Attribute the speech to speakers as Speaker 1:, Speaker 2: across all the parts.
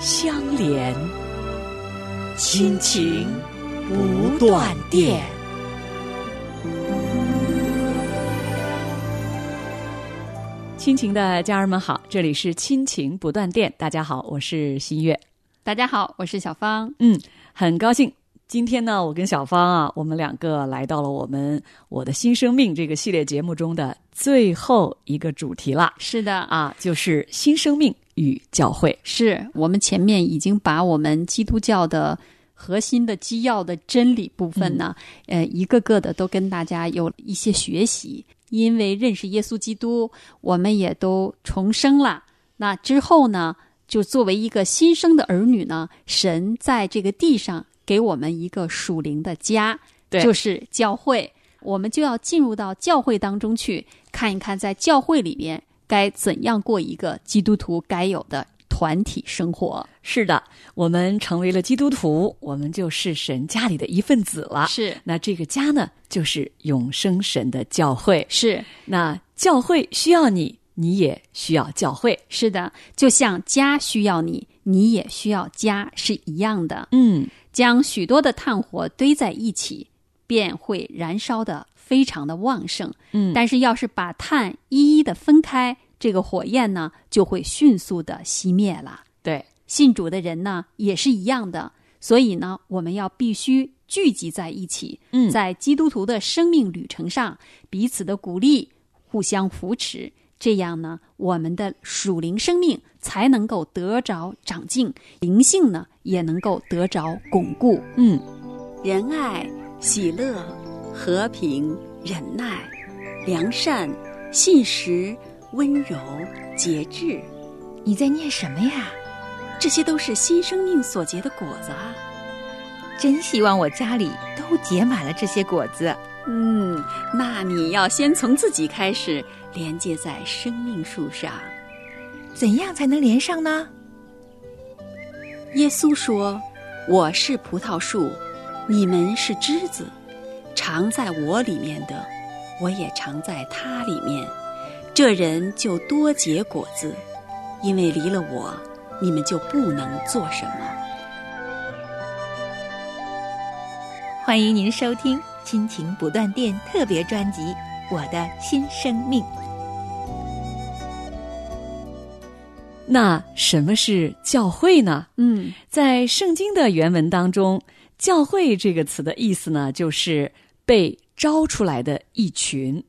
Speaker 1: 相连，亲情不断电。亲情的家人们好，这里是亲情不断电。大家好，我是新月。
Speaker 2: 大家好，我是小芳。
Speaker 1: 嗯，很高兴今天呢，我跟小芳啊，我们两个来到了我们《我的新生命》这个系列节目中的最后一个主题了
Speaker 2: 是的，
Speaker 1: 啊，就是新生命与教会。
Speaker 2: 是我们前面已经把我们基督教的核心的基要的真理部分呢，呃，一个个的都跟大家有一些学习。因为认识耶稣基督，我们也都重生了。那之后呢，就作为一个新生的儿女呢，神在这个地上给我们一个属灵的家，
Speaker 1: 对
Speaker 2: 就是教会。我们就要进入到教会当中去，看一看在教会里边该怎样过一个基督徒该有的团体生活。
Speaker 1: 是的，我们成为了基督徒，我们就是神家里的一份子了。
Speaker 2: 是
Speaker 1: 那这个家呢，就是永生神的教会。
Speaker 2: 是
Speaker 1: 那教会需要你，你也需要教会。
Speaker 2: 是的，就像家需要你，你也需要家是一样的。
Speaker 1: 嗯，
Speaker 2: 将许多的炭火堆在一起，便会燃烧的非常的旺盛。
Speaker 1: 嗯
Speaker 2: 但是要是把炭一一的分开，这个火焰呢就会迅速的熄灭了。
Speaker 1: 对，
Speaker 2: 信主的人呢也是一样的，所以呢，我们要必须聚集在一起，
Speaker 1: 嗯
Speaker 2: 在基督徒的生命旅程上彼此的鼓励，互相扶持。这样呢，我们的属灵生命才能够得着长进，灵性呢也能够得着巩固。
Speaker 1: 嗯，
Speaker 3: 仁爱、喜乐、和平、忍耐、良善、信实、温柔、节制，
Speaker 4: 你在念什么呀？
Speaker 3: 这些都是新生命所结的果子啊。
Speaker 4: 真希望我家里都结满了这些果子。
Speaker 3: 嗯，那你要先从自己开始，连接在生命树上。
Speaker 4: 怎样才能连上呢？
Speaker 3: 耶稣说：“我是葡萄树，你们是枝子，常在我里面的，我也常在他里面。这人就多结果子，因为离了我，你们就不能做什么。
Speaker 4: 欢迎您收听《亲情不断电》特别专辑《我的新生命》。
Speaker 1: 那什么是教会呢？
Speaker 2: 嗯，
Speaker 1: 在圣经的原文当中，“教会”这个词的意思呢，就是被招出来的一群。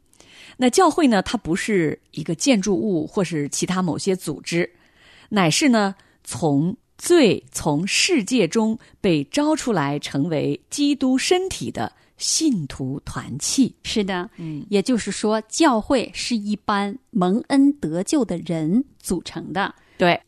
Speaker 1: 那教会呢，它不是一个建筑物或是其他某些组织，乃是呢从罪、从世界中被招出来，成为基督身体的信徒团契。
Speaker 2: 是的，
Speaker 1: 嗯，
Speaker 2: 也就是说，教会是一般蒙恩得救的人组成的。
Speaker 1: 对，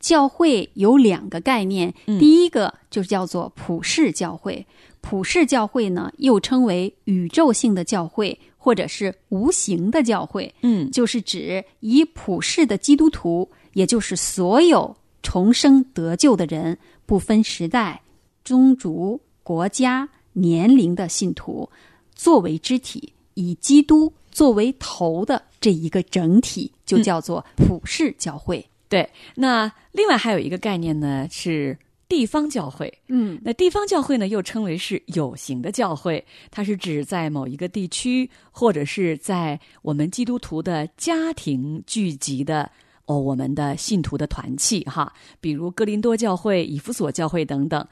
Speaker 2: 教会有两个概念，
Speaker 1: 嗯
Speaker 2: 第一个就叫做普世教会，普世教会呢又称为宇宙性的教会，或者是无形的教会，
Speaker 1: 嗯，
Speaker 2: 就是指以普世的基督徒，也就是所有重生得救的人，不分时代、宗族、国家、年龄的信徒，作为肢体，以基督作为头的这一个整体，就叫做普世教会。
Speaker 1: 对。那另外还有一个概念呢，是地方教会。
Speaker 2: 嗯
Speaker 1: 那地方教会呢，又称为是有形的教会，它是指在某一个地区，或者是在我们基督徒的家庭聚集的哦，我们的信徒的团契哈，比如哥林多教会、以弗所教会等等。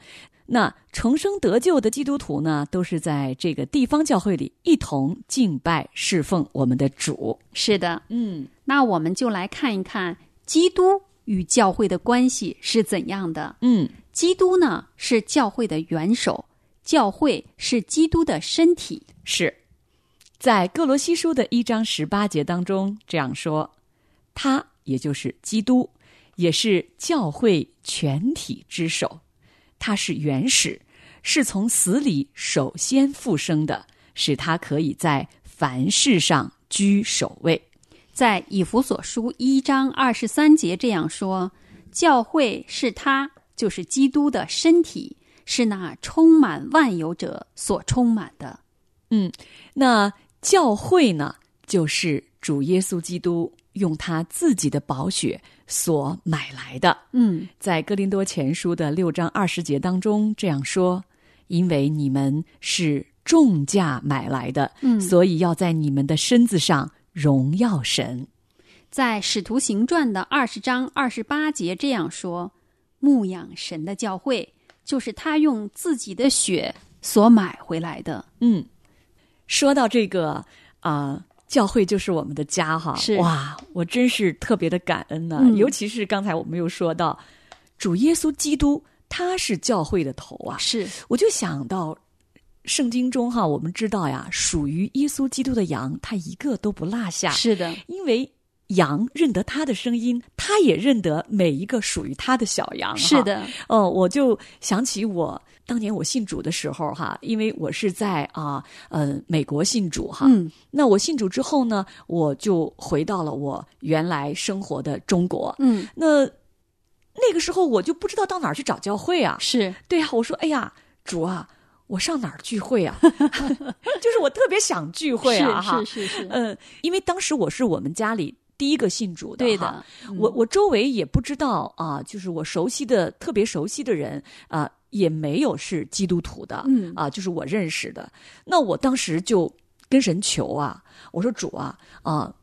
Speaker 1: 那重生得救的基督徒呢，都是在这个地方教会里一同敬拜侍奉我们的主。
Speaker 2: 是的，
Speaker 1: 嗯
Speaker 2: 那我们就来看一看基督与教会的关系是怎样的。
Speaker 1: 嗯，
Speaker 2: 基督呢是教会的元首，教会是基督的身体。
Speaker 1: 是在各罗西书的一章十八节当中这样说：“他也就是基督，也是教会全体之首。它是原始，是从死里首先复生的，使它可以在凡事上居首位。
Speaker 2: 在以弗所书一章二十三节这样说：“教会是他，就是基督的身体，是那充满万有者所充满的。
Speaker 1: 那教会呢，就是主耶稣基督用他自己的宝血所买来的。”
Speaker 2: 嗯，
Speaker 1: 在哥林多前书的六章二十节当中这样说：“因为你们是重价买来的，
Speaker 2: 嗯
Speaker 1: 所以要在你们的身子上荣耀神。
Speaker 2: 在使徒行传的二十章二十八节这样说：“牧养神的教会，就是他用自己的血所买回来的。”
Speaker 1: 嗯，说到这个啊、教会就是我们的家哈，
Speaker 2: 是
Speaker 1: 哇，我真是特别的感恩呐、
Speaker 2: 嗯
Speaker 1: 尤其是刚才我们又说到主耶稣基督，他是教会的头啊，
Speaker 2: 是，
Speaker 1: 我就想到圣经中哈，我们知道呀，属于耶稣基督的羊，他一个都不落下，
Speaker 2: 是的，
Speaker 1: 因为羊认得他的声音，他也认得每一个属于他的小羊。
Speaker 2: 是，的，
Speaker 1: 哦，我就想起我当年我信主的时候哈，因为我是在啊呃美国信主哈。
Speaker 2: 嗯
Speaker 1: 那我信主之后呢，我就回到了我原来生活的中国。
Speaker 2: 嗯，
Speaker 1: 那那个时候我就不知道到哪儿去找教会啊。
Speaker 2: 是
Speaker 1: 对呀、我说，哎呀，主啊，我上哪儿聚会啊？ 就是我特别想聚会啊，哈
Speaker 2: 是。是是是，
Speaker 1: 嗯，因为当时我是我们家里第一个信主的，
Speaker 2: 对
Speaker 1: 哈
Speaker 2: 的。，嗯
Speaker 1: 我我周围也不知道啊，就是我熟悉的特别熟悉的人啊，也没有是基督徒的，
Speaker 2: 嗯
Speaker 1: 啊，就是我认识的。那我当时就跟神求啊，我说主啊啊，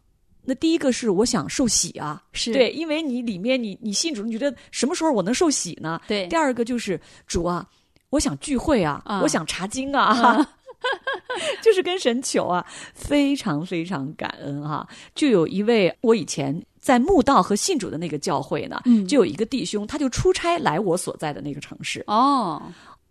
Speaker 1: 那第一个是我想受洗啊，
Speaker 2: 是
Speaker 1: 对，因为你里面你你信主，你觉得什么时候我能受洗呢？
Speaker 2: 对
Speaker 1: 第，二个就是主啊，我想聚会啊，
Speaker 2: 啊
Speaker 1: 我想查经啊， 就是跟神求啊，非常非常感恩哈、就有一位我以前在慕道和信主的那个教会呢，
Speaker 2: 嗯
Speaker 1: 就有一个弟兄，他就出差来我所在的那个城市，
Speaker 2: 哦，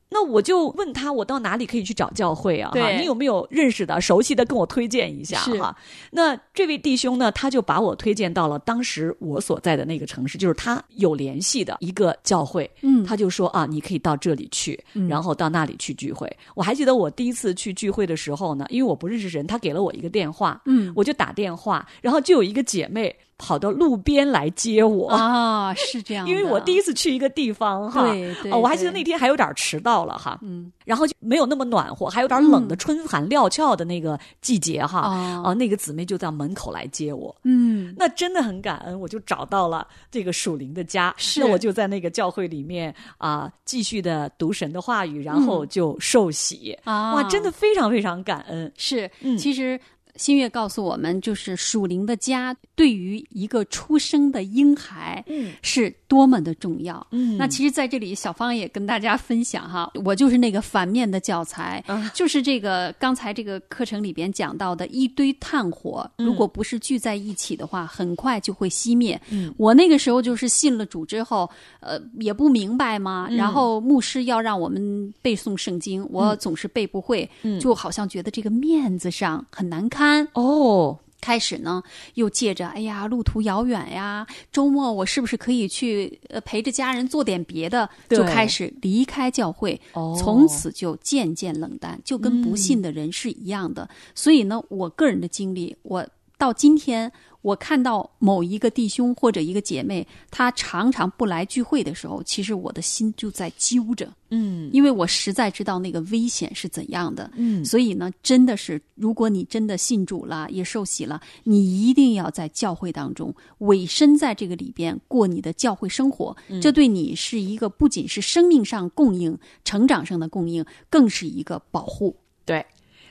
Speaker 1: 那我就问他，我到哪里可以去找教会啊？哈，
Speaker 2: 对
Speaker 1: 你有没有认识的、熟悉的，跟我推荐一下
Speaker 2: 是
Speaker 1: 哈？那这位弟兄呢，他就把我推荐到了当时我所在的那个城市，就是他有联系的一个教会。
Speaker 2: 嗯
Speaker 1: 他就说啊，你可以到这里去，然后到那里去聚会。我还记得我第一次去聚会的时候呢，因为我不认识人，他给了我一个电话，
Speaker 2: 嗯，
Speaker 1: 我就打电话，然后就有一个姐妹跑到路边来接我，
Speaker 2: 啊，是这样的，
Speaker 1: 因为我第
Speaker 2: 一
Speaker 1: 一次去一个地方哈。
Speaker 2: 对对，
Speaker 1: 哦，我还记得
Speaker 2: 对
Speaker 1: 那天还有点迟到了哈，
Speaker 2: 嗯
Speaker 1: 然后就没有那么暖和，还有点冷的
Speaker 2: 嗯
Speaker 1: 春寒料峭的那个季节哈，
Speaker 2: 哦
Speaker 1: 那个姊妹就在门口来接我，
Speaker 2: 嗯
Speaker 1: 那真的很感恩，我就找到了这个属灵的家，
Speaker 2: 是
Speaker 1: 那我就在那个教会里面啊、继续的读神的话语，然后就受洗，
Speaker 2: 嗯啊，
Speaker 1: 哇，真的非常非常感恩，
Speaker 2: 是
Speaker 1: 嗯，
Speaker 2: 其实。新月告诉我们，就是属灵的家对于一个出生的婴孩
Speaker 1: 嗯
Speaker 2: 是多么的重要。
Speaker 1: 嗯
Speaker 2: 那其实，在这里，小芳也跟大家分享哈，我就是那个反面的教材，
Speaker 1: 啊
Speaker 2: 就是这个刚才这个课程里边讲到的一堆炭火，
Speaker 1: 嗯
Speaker 2: 如果不是聚在一起的话，很快就会熄灭。
Speaker 1: 嗯
Speaker 2: 我那个时候就是信了主之后，呃，也不明白嘛，
Speaker 1: 嗯
Speaker 2: 然后牧师要让我们背诵圣经，我总是背不会，
Speaker 1: 嗯
Speaker 2: 就好像觉得这个面子上很难堪。
Speaker 1: 哦，
Speaker 2: 开始呢，又借着哎呀，路途遥远呀，周末我是不是可以去呃陪着家人做点别的？
Speaker 1: 对
Speaker 2: 就开始离开教会，
Speaker 1: 哦
Speaker 2: 从此就渐渐冷淡，就跟不信的人是一样的。所以呢，我个人的经历，我到今天，我看到某一个弟兄或者一个姐妹，他常常不来聚会的时候，其实我的心就在揪着，
Speaker 1: 嗯
Speaker 2: 因为我实在知道那个危险是怎样的。
Speaker 1: 嗯
Speaker 2: 所以呢，真的是，如果你真的信主了，也受洗了，你一定要在教会当中委身在这个里边过你的教会生活。这对你是一个不仅是生命上供应、成长上的供应，更是一个保护。
Speaker 1: 对。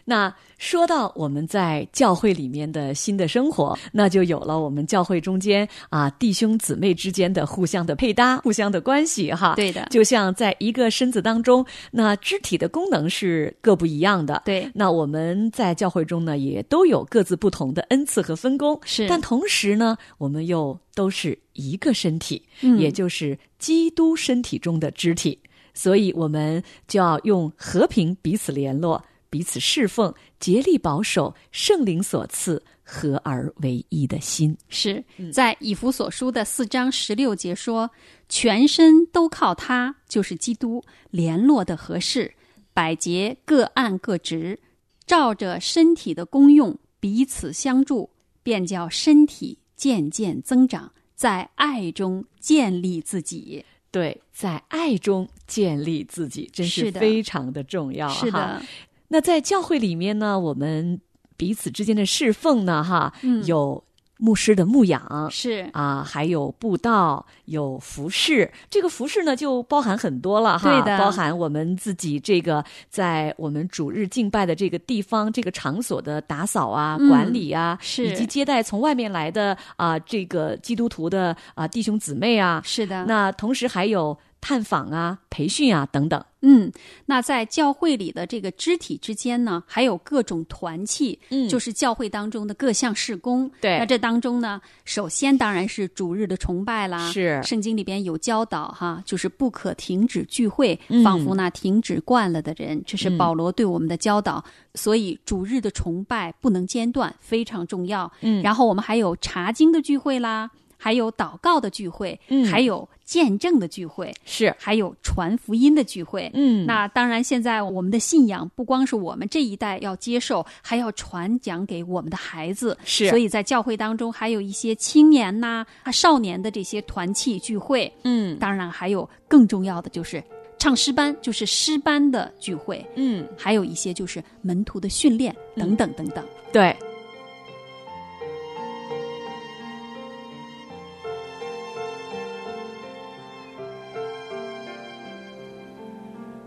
Speaker 1: 那说到我们在教会里面的新的生活，那就有了我们教会中间啊弟兄姊妹之间的互相的配搭、互相的关系哈。
Speaker 2: 对的
Speaker 1: 就像在一个身子当中，那肢体的功能是各不一样的。
Speaker 2: 对
Speaker 1: 那我们在教会中呢，也都有各自不同的恩赐和分工，
Speaker 2: 是
Speaker 1: 但同时呢，我们又都是一个身体，
Speaker 2: 嗯
Speaker 1: 也就是基督身体中的肢体，所以我们就要用和平彼此联络，彼此侍奉，竭力保守圣灵所赐合而为一的心。
Speaker 2: 是
Speaker 1: 嗯
Speaker 2: 在以弗所书的四章十六节说：“全身都靠他，就是基督，联络的合适，百节各按各职，照着身体的功用彼此相助，便叫身体渐渐增长，在爱中建立自己。
Speaker 1: 对，在爱中建立自己，真
Speaker 2: 是
Speaker 1: 是
Speaker 2: 的
Speaker 1: 非常的重要。
Speaker 2: 是
Speaker 1: 啊哈
Speaker 2: 的，
Speaker 1: 那在教会里面呢，我们彼此之间的侍奉呢，哈，
Speaker 2: 嗯
Speaker 1: 有牧师的牧养。
Speaker 2: 是
Speaker 1: 啊，还有布道，有服饰。这个服饰呢，就包含很多了哈，
Speaker 2: 对的
Speaker 1: 包含我们自己这个在我们主日敬拜的这个地方、这个场所的打扫啊、
Speaker 2: 嗯
Speaker 1: 管理啊，
Speaker 2: 是
Speaker 1: 以及接待从外面来的啊、这个基督徒的啊、弟兄姊妹啊，
Speaker 2: 是的，
Speaker 1: 那同时还有探访啊、培训啊等等。
Speaker 2: 嗯，那在教会里的这个肢体之间呢，还有各种团契，
Speaker 1: 嗯
Speaker 2: 就是教会当中的各项事工。
Speaker 1: 对
Speaker 2: 那这当中呢，首先当然是主日的崇拜啦，
Speaker 1: 是
Speaker 2: 圣经里边有教导哈，就是不可停止聚会，
Speaker 1: 嗯
Speaker 2: 仿佛那停止惯了的人，这是
Speaker 1: 嗯
Speaker 2: 保罗对我们的教导。所以主日的崇拜不能间断，非常重要。
Speaker 1: 嗯
Speaker 2: 然后我们还有查经的聚会啦，还有祷告的聚会，
Speaker 1: 嗯
Speaker 2: 还有见证的聚会，
Speaker 1: 是，
Speaker 2: 还有传福音的聚会。
Speaker 1: 嗯
Speaker 2: 那当然，现在我们的信仰不光是我们这一代要接受，还要传讲给我们的孩子。
Speaker 1: 是
Speaker 2: 所以在教会当中，还有一些青年呐、啊少年的这些团契聚会。
Speaker 1: 嗯
Speaker 2: 当然，还有更重要的就是唱诗班，就是诗班的聚会，
Speaker 1: 嗯，
Speaker 2: 还有一些就是门徒的训练等等等等。
Speaker 1: 对，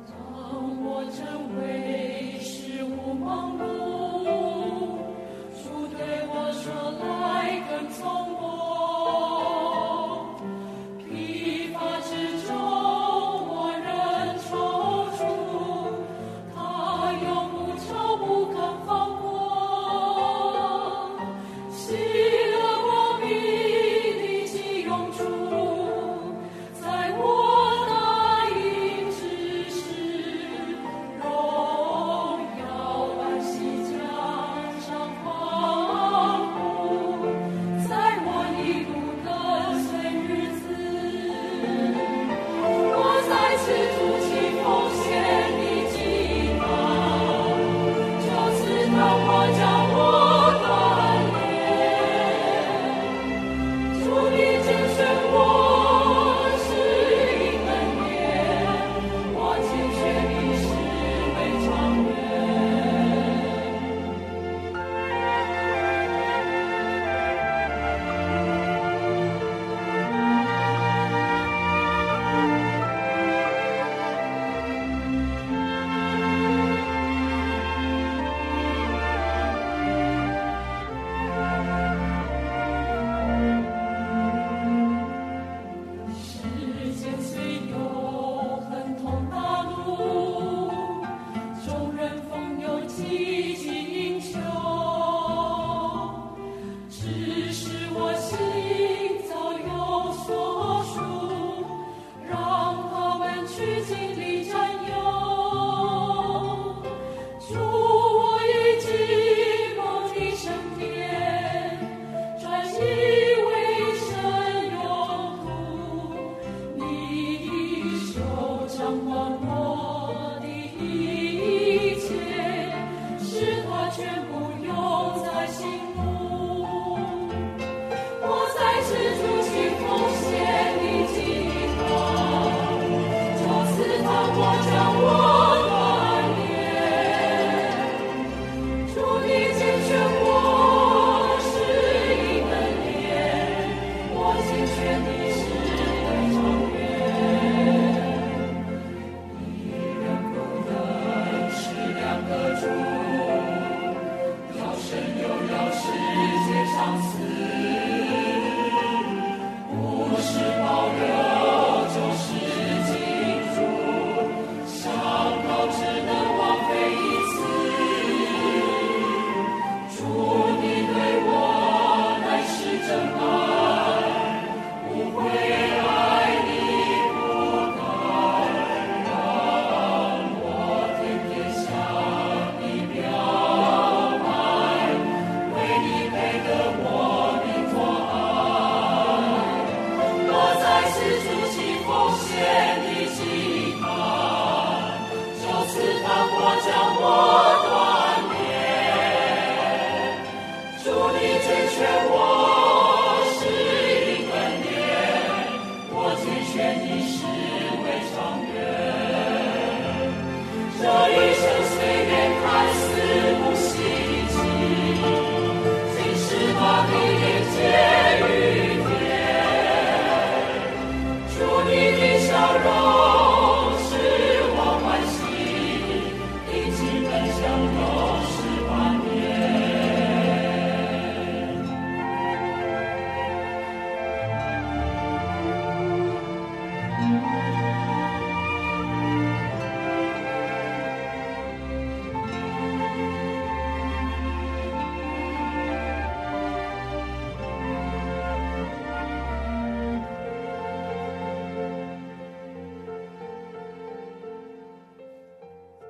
Speaker 5: 当我成为事物忙碌，主对我说：“来跟从我。”疲乏之中，我仍踌躇，他永不愁不肯放过。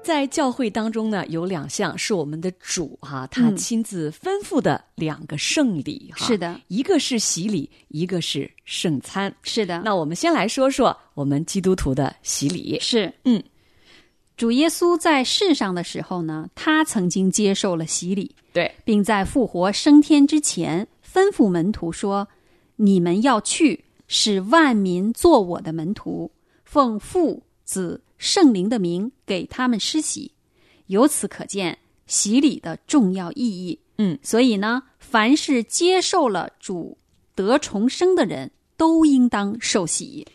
Speaker 1: 在教会当中呢，有两项是我们的主哈、他
Speaker 2: 嗯
Speaker 1: 亲自吩咐的两个圣礼哈、
Speaker 2: 是的，
Speaker 1: 一个是洗礼，一个是圣餐。
Speaker 2: 是的，
Speaker 1: 那我们先来说说我们基督徒的洗礼。
Speaker 2: 是
Speaker 1: 嗯，
Speaker 2: 主耶稣在世上的时候呢，他曾经接受了洗礼，
Speaker 1: 对，
Speaker 2: 并在复活升天之前吩咐门徒说：“你们要去，使万民做我的门徒，奉父、子、圣灵的名给他们施洗。”由此可见，洗礼的重要意义。
Speaker 1: 嗯，
Speaker 2: 所以呢，凡是接受了主得重生的人，都应当受洗。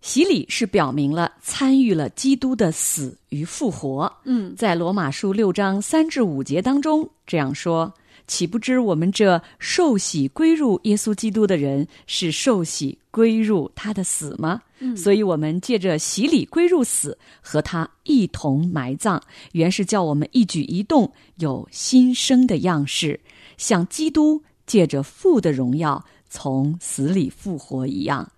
Speaker 1: 洗礼是表明了参与了基督的死与复活。
Speaker 2: 嗯，
Speaker 1: 在罗马书六章三至五节当中这样说：“岂不知我们这受洗归入耶稣基督的人，是受洗归入他的死吗？所以，我们借着洗礼归入死，和他一同埋葬，原是叫我们一举一动有新生的样式，像基督借着父的荣耀从死里复活一样。”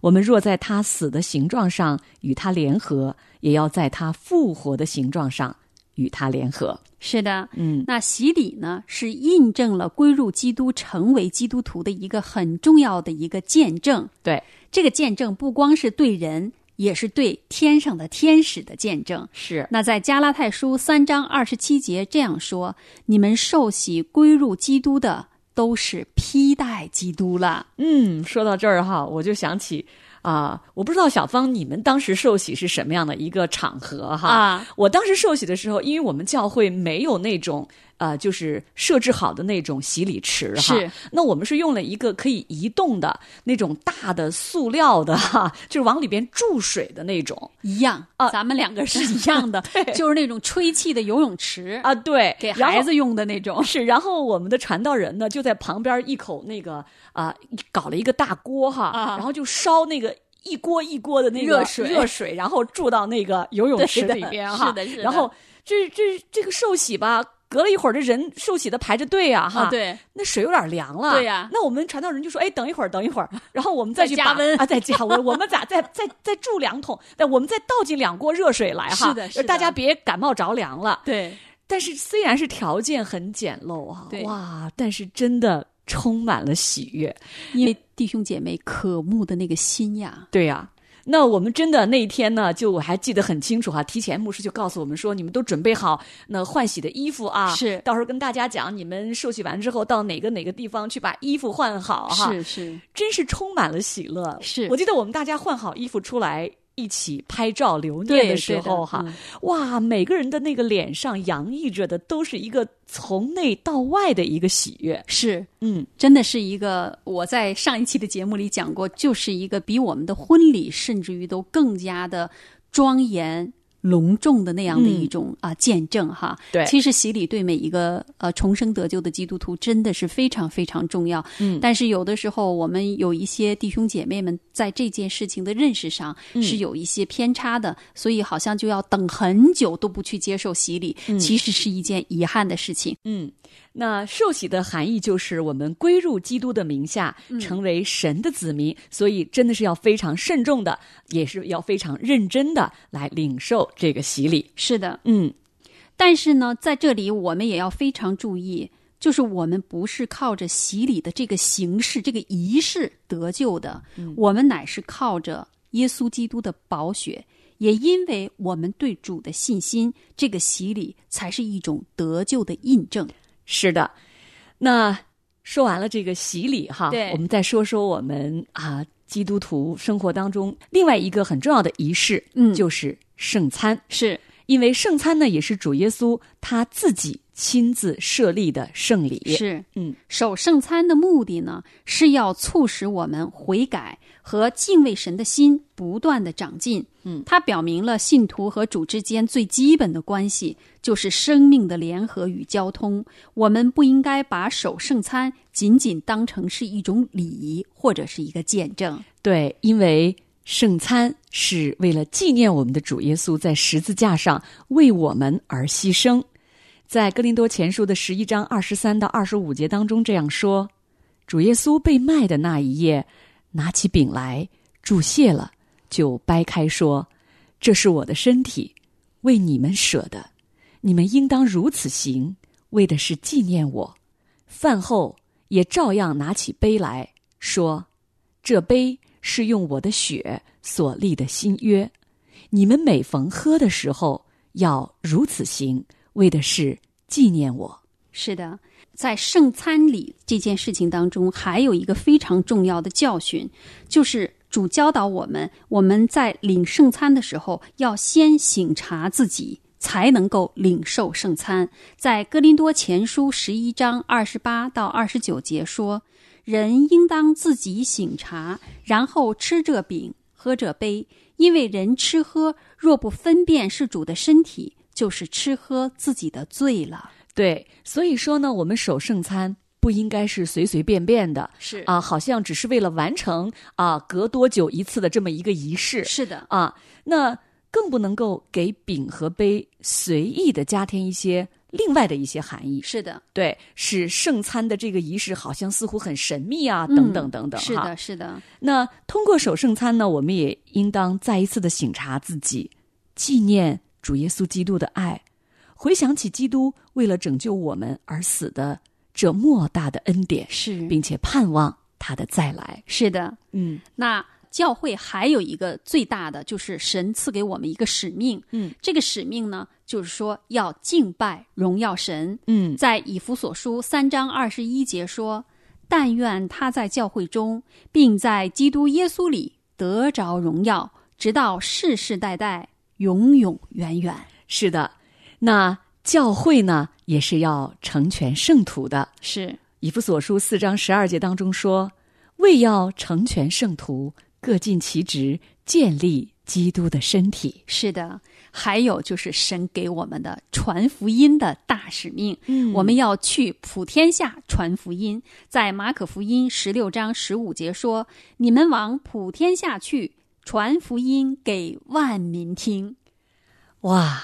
Speaker 1: 我们若在他死的形状上与他联合，也要在他复活的形状上与他联合。
Speaker 2: 是的，
Speaker 1: 嗯，
Speaker 2: 那洗礼呢，是印证了归入基督、成为基督徒的一个很重要的一个见证。
Speaker 1: 对，
Speaker 2: 这个见证不光是对人，也是对天上的天使的见证。
Speaker 1: 是
Speaker 2: 那在加拉太书三章二十七节这样说：“你们受洗归入基督的，都是披戴基督了。
Speaker 1: 嗯，说到这儿哈，我就想起啊、我不知道小芳你们当时受洗是什么样的一个场合哈？
Speaker 2: 啊
Speaker 1: 我当时受洗的时候，因为我们教会没有那种呃，就是设置好的那种洗礼池哈。
Speaker 2: 是，
Speaker 1: 那我们是用了一个可以移动的那种大的塑料的哈，就是往里边注水的那种”
Speaker 2: 一样，
Speaker 1: 啊
Speaker 2: 咱们两个是一样 的
Speaker 1: 对，
Speaker 2: 就是那种吹气的游泳池，
Speaker 1: 啊，对，
Speaker 2: 哎给
Speaker 1: 然后
Speaker 2: 孩子用的那 种。
Speaker 1: 是，然后我们的传道人呢，就在旁边一口那个啊、搞了一个大锅哈，
Speaker 2: 啊
Speaker 1: 然后就烧那个一锅一锅的那个
Speaker 2: 热水
Speaker 1: 热水，然后注到那个游泳池
Speaker 2: 对的
Speaker 1: 里 边哈。
Speaker 2: 是的是的
Speaker 1: 然后这这这个受洗吧，隔了一会儿，这人受洗的排着队啊哈。
Speaker 2: 啊，。对，
Speaker 1: 那水有点凉了，
Speaker 2: 对呀
Speaker 1: 那我们传道人就说：“哎，等一会儿，等一会儿，然后我们再
Speaker 2: 再
Speaker 1: 去
Speaker 2: 加
Speaker 1: 把
Speaker 2: 温
Speaker 1: 啊，再加温，我们咋再再再注两桶，但我们再倒进两锅热水来哈，
Speaker 2: 是的是
Speaker 1: 大
Speaker 2: 的
Speaker 1: 家别感冒着凉了。”
Speaker 2: 对，
Speaker 1: 但是虽然是条件很简陋啊
Speaker 2: 对，
Speaker 1: 哇，但是真的充满了喜悦。
Speaker 2: 因为弟兄姐妹渴慕的那个心呀，
Speaker 1: 对呀、那我们真的那一天呢，就我还记得很清楚哈、啊提前牧师就告诉我们说，你们都准备好那换洗的衣服啊，
Speaker 2: 是
Speaker 1: 到时候跟大家讲，你们受洗完之后到哪个哪个地方去把衣服换好哈、
Speaker 2: 是是
Speaker 1: 真是充满了喜乐。
Speaker 2: 是
Speaker 1: 我记得我们大家换好衣服出来。一起拍照留
Speaker 2: 对
Speaker 1: 念的时候，哈，
Speaker 2: 对的嗯
Speaker 1: 哇，每个人的那个脸上洋溢着的都是一个从内到外的一个喜悦。
Speaker 2: 是
Speaker 1: 嗯，
Speaker 2: 真的是一个我在上一期的节目里讲过，就是一个比我们的婚礼甚至于都更加的庄严。隆重的那样的一种啊、见证哈，
Speaker 1: 对
Speaker 2: 其实洗礼对每一个呃重生得救的基督徒真的是非常非常重要。
Speaker 1: 嗯
Speaker 2: 但是有的时候我们有一些弟兄姐妹们在这件事情的认识上是有一些偏差的，所以好像就要等很久都不去接受洗礼，其实是一件遗憾的事情。
Speaker 1: 嗯，那受洗的含义就是我们归入基督的名下，成为神的子民，所以真的是要非常慎重的，也是要非常认真的来领受这个洗礼。
Speaker 2: 是的，
Speaker 1: 嗯，
Speaker 2: 但是呢，在这里我们也要非常注意，就是我们不是靠着洗礼的这个形式、这个仪式得救的，我们乃是靠着耶稣基督的宝血。也因为我们对主的信心，这个洗礼才是一种得救的印证。
Speaker 1: 是的。那说完了这个洗礼哈，
Speaker 2: 对
Speaker 1: 我们再说说我们啊基督徒生活当中另外一个很重要的仪式，
Speaker 2: 嗯
Speaker 1: 就是圣餐。
Speaker 2: 是
Speaker 1: 因为圣餐呢，也是主耶稣他自己亲自设立的圣礼。
Speaker 2: 是，
Speaker 1: 嗯，
Speaker 2: 守圣餐的目的呢，是要促使我们悔改和敬畏神的心不断的长进。嗯，它表明了信徒和主之间最基本的关系就是生命的联合与交通。我们不应该把守圣餐仅仅当成是一种礼仪或者是一个见证。
Speaker 1: 对，因为圣餐是为了纪念我们的主耶稣在十字架上为我们而牺牲。在哥林多前书的十一章二十三到二十五节当中这样说：“主耶稣被卖的那一夜，拿起饼来，注谢了，就掰开说：‘这是我的身体，为你们舍的，你们应当如此行，为的是纪念我。饭后也照样拿起杯来说：“这杯是用我的血所立的新约。你们每逢喝的时候，要如此行，为的是纪念我。”
Speaker 2: 是的，在圣餐礼这件事情当中，还有一个非常重要的教训，就是主教导我们，我们在领圣餐的时候，要先省察自己，才能够领受圣餐。在哥林多前书十一章二十八到二十九节说：“人应当自己省察，然后吃这饼，喝这杯，因为人吃喝若不分辨是主的身体，就是吃喝自己的罪了。”
Speaker 1: 对，所以说呢，我们守圣餐不应该是随随便便的，
Speaker 2: 是
Speaker 1: 啊，好像只是为了完成啊隔多久一次的这么一个仪式
Speaker 2: 是的，
Speaker 1: 啊，那更不能够给饼和杯随意的加添一些另外的一些含义。
Speaker 2: 是的，
Speaker 1: 对，使圣餐的这个仪式好像似乎很神秘啊，等等等等。
Speaker 2: 嗯是
Speaker 1: 哈
Speaker 2: 的，是的，
Speaker 1: 那通过守圣餐呢，我们也应当再一次的省察自己，纪念主耶稣基督的爱，回想起基督为了拯救我们而死的这莫大的恩典，
Speaker 2: 是
Speaker 1: 并且盼望他的再来。
Speaker 2: 是的。
Speaker 1: 嗯，
Speaker 2: 那教会还有一个最大的，就是神赐给我们一个使命。
Speaker 1: 嗯，
Speaker 2: 这个使命呢，就是说要敬拜、荣耀神。
Speaker 1: 嗯，
Speaker 2: 在以弗所书三章二十一节说：“但愿他在教会中，并在基督耶稣里得着荣耀，直到世世代代，永永远远。
Speaker 1: 是的，那教会呢也是要成全圣徒的。”
Speaker 2: 是
Speaker 1: 以弗所书四章十二节当中说：“为要成全圣徒，各尽其职，建立基督的身体。”
Speaker 2: 是的，还有就是神给我们的传福音的大使命，嗯，我们要去普天下传福音。在马可福音十六章十五节说：“你们往普天下去，传福音给万民听。
Speaker 1: 哇，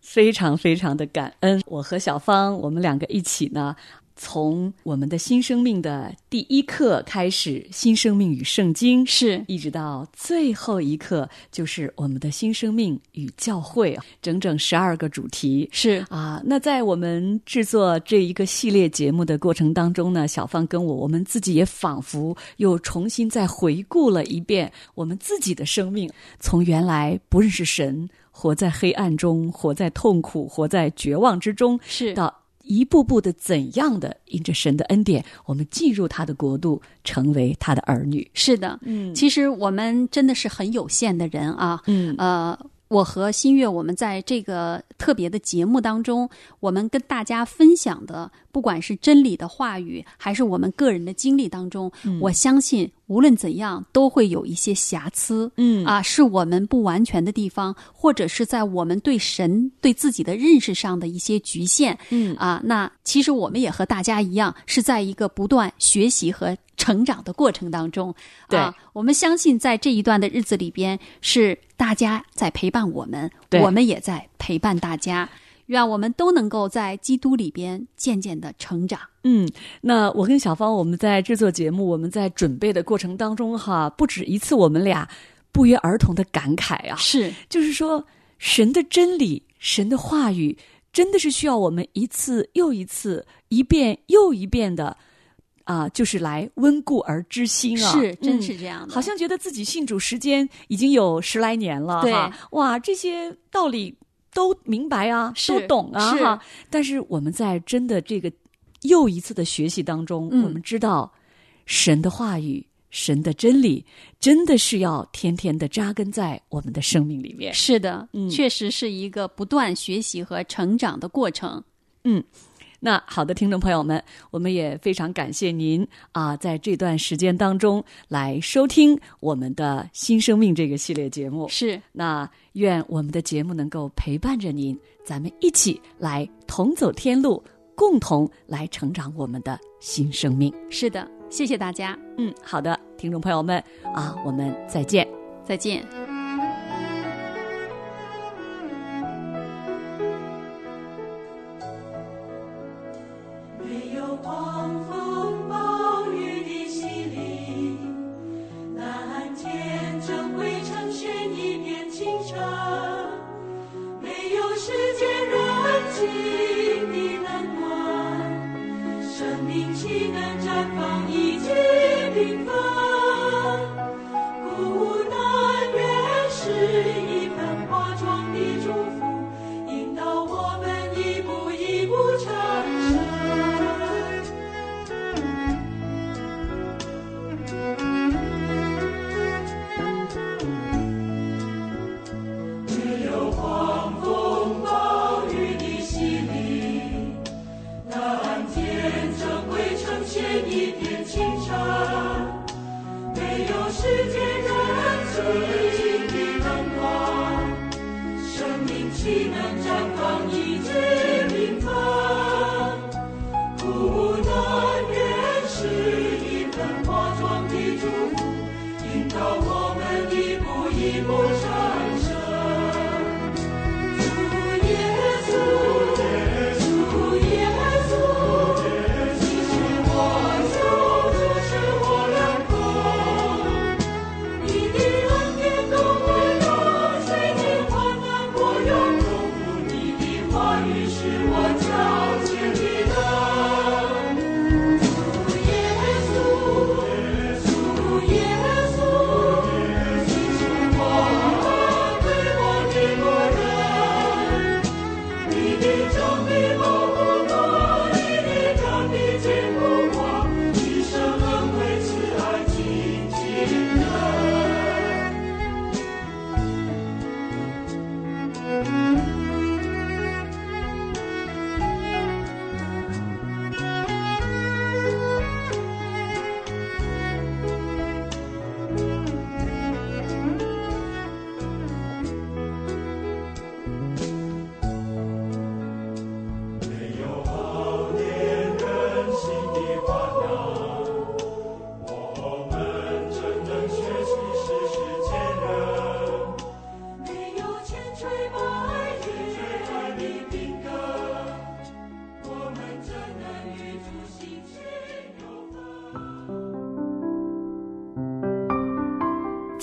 Speaker 1: 非常非常的感恩！我和小芳，我们两个一起呢，从我们的新生命的第一课开始，新生命与圣经
Speaker 2: 是
Speaker 1: 一直到最后一课，就是我们的新生命与教会，整整十二个主题”。
Speaker 2: 是
Speaker 1: 啊，那在我们制作这一个系列节目的过程当中呢，小芳跟我，我们自己也仿佛又重新再回顾了一遍我们自己的生命，从原来不认识神，活在黑暗中，活在痛苦，活在绝望之中，
Speaker 2: 是
Speaker 1: 到一步步的怎样的因着神的恩典，我们进入他的国度，成为他的儿女。
Speaker 2: 是的，
Speaker 1: 嗯
Speaker 2: 其实我们真的是很有限的人啊。
Speaker 1: 嗯
Speaker 2: 呃，我和新月，我们在这个特别的节目当中，我们跟大家分享的，不管是真理的话语，还是我们个人的经历当中，
Speaker 1: 嗯
Speaker 2: 我相信无论怎样都会有一些瑕疵。
Speaker 1: 嗯
Speaker 2: 啊，是我们不完全的地方，或者是在我们对神、对自己的认识上的一些局限。
Speaker 1: 嗯
Speaker 2: 啊，那其实我们也和大家一样，是在一个不断学习和成长的过程当中。啊
Speaker 1: 对，
Speaker 2: 我们相信在这一段的日子里边，是大家在陪伴我们，
Speaker 1: 对
Speaker 2: 我们也在陪伴大家。愿我们都能够在基督里边渐渐的成长。
Speaker 1: 嗯，那我跟小芳，我们在制作节目，我们在准备的过程当中，哈，不止一次，我们俩不约而同的感慨啊，
Speaker 2: 是
Speaker 1: 就是说，神的真理，神的话语，真的是需要我们一次又一次，一遍又一遍的，啊、就是来温故而知新啊，
Speaker 2: 是，真
Speaker 1: 嗯
Speaker 2: 是这样的。
Speaker 1: 好像觉得自己信主时间已经有十来年了，
Speaker 2: 对
Speaker 1: 哈，哇，这些道理都明白啊，
Speaker 2: 是
Speaker 1: 都懂啊，
Speaker 2: 是
Speaker 1: 哈。但是我们在真的这个又一次的学习当中，
Speaker 2: 嗯
Speaker 1: 我们知道神的话语、神的真理，真的是要天天的扎根在我们的生命里面。
Speaker 2: 是的，
Speaker 1: 嗯
Speaker 2: 确实是一个不断学习和成长的过程。
Speaker 1: 那好的，听众朋友们，我们也非常感谢您啊，在这段时间当中来收听我们的新生命这个系列节目。
Speaker 2: 是，
Speaker 1: 那愿我们的节目能够陪伴着您，咱们一起来同走天路，共同来成长我们的新生命。
Speaker 2: 是的，谢谢大家，
Speaker 1: 嗯，好的，听众朋友们啊，我们再见。
Speaker 2: 再见。
Speaker 5: 没有狂风暴雨的洗礼，那蓝天正汇成全一片清澈。没有世界真情的灯光，生命岂能绽放一枝缤纷？不能认识一份化妆的祝福，引导我们一步一步上升。主耶稣，主耶稣，你是我救主，是我良公。你的恩典够温柔，水晶花难过永久。你的话语是我脚前的灯。主耶稣，主耶稣，你是我对我的牧人，你的真理保护我，你的真理坚固我，一生恩惠慈爱紧紧跟。没有千锤百炼的兵戈，我们怎能与主心心有份？
Speaker 1: 亲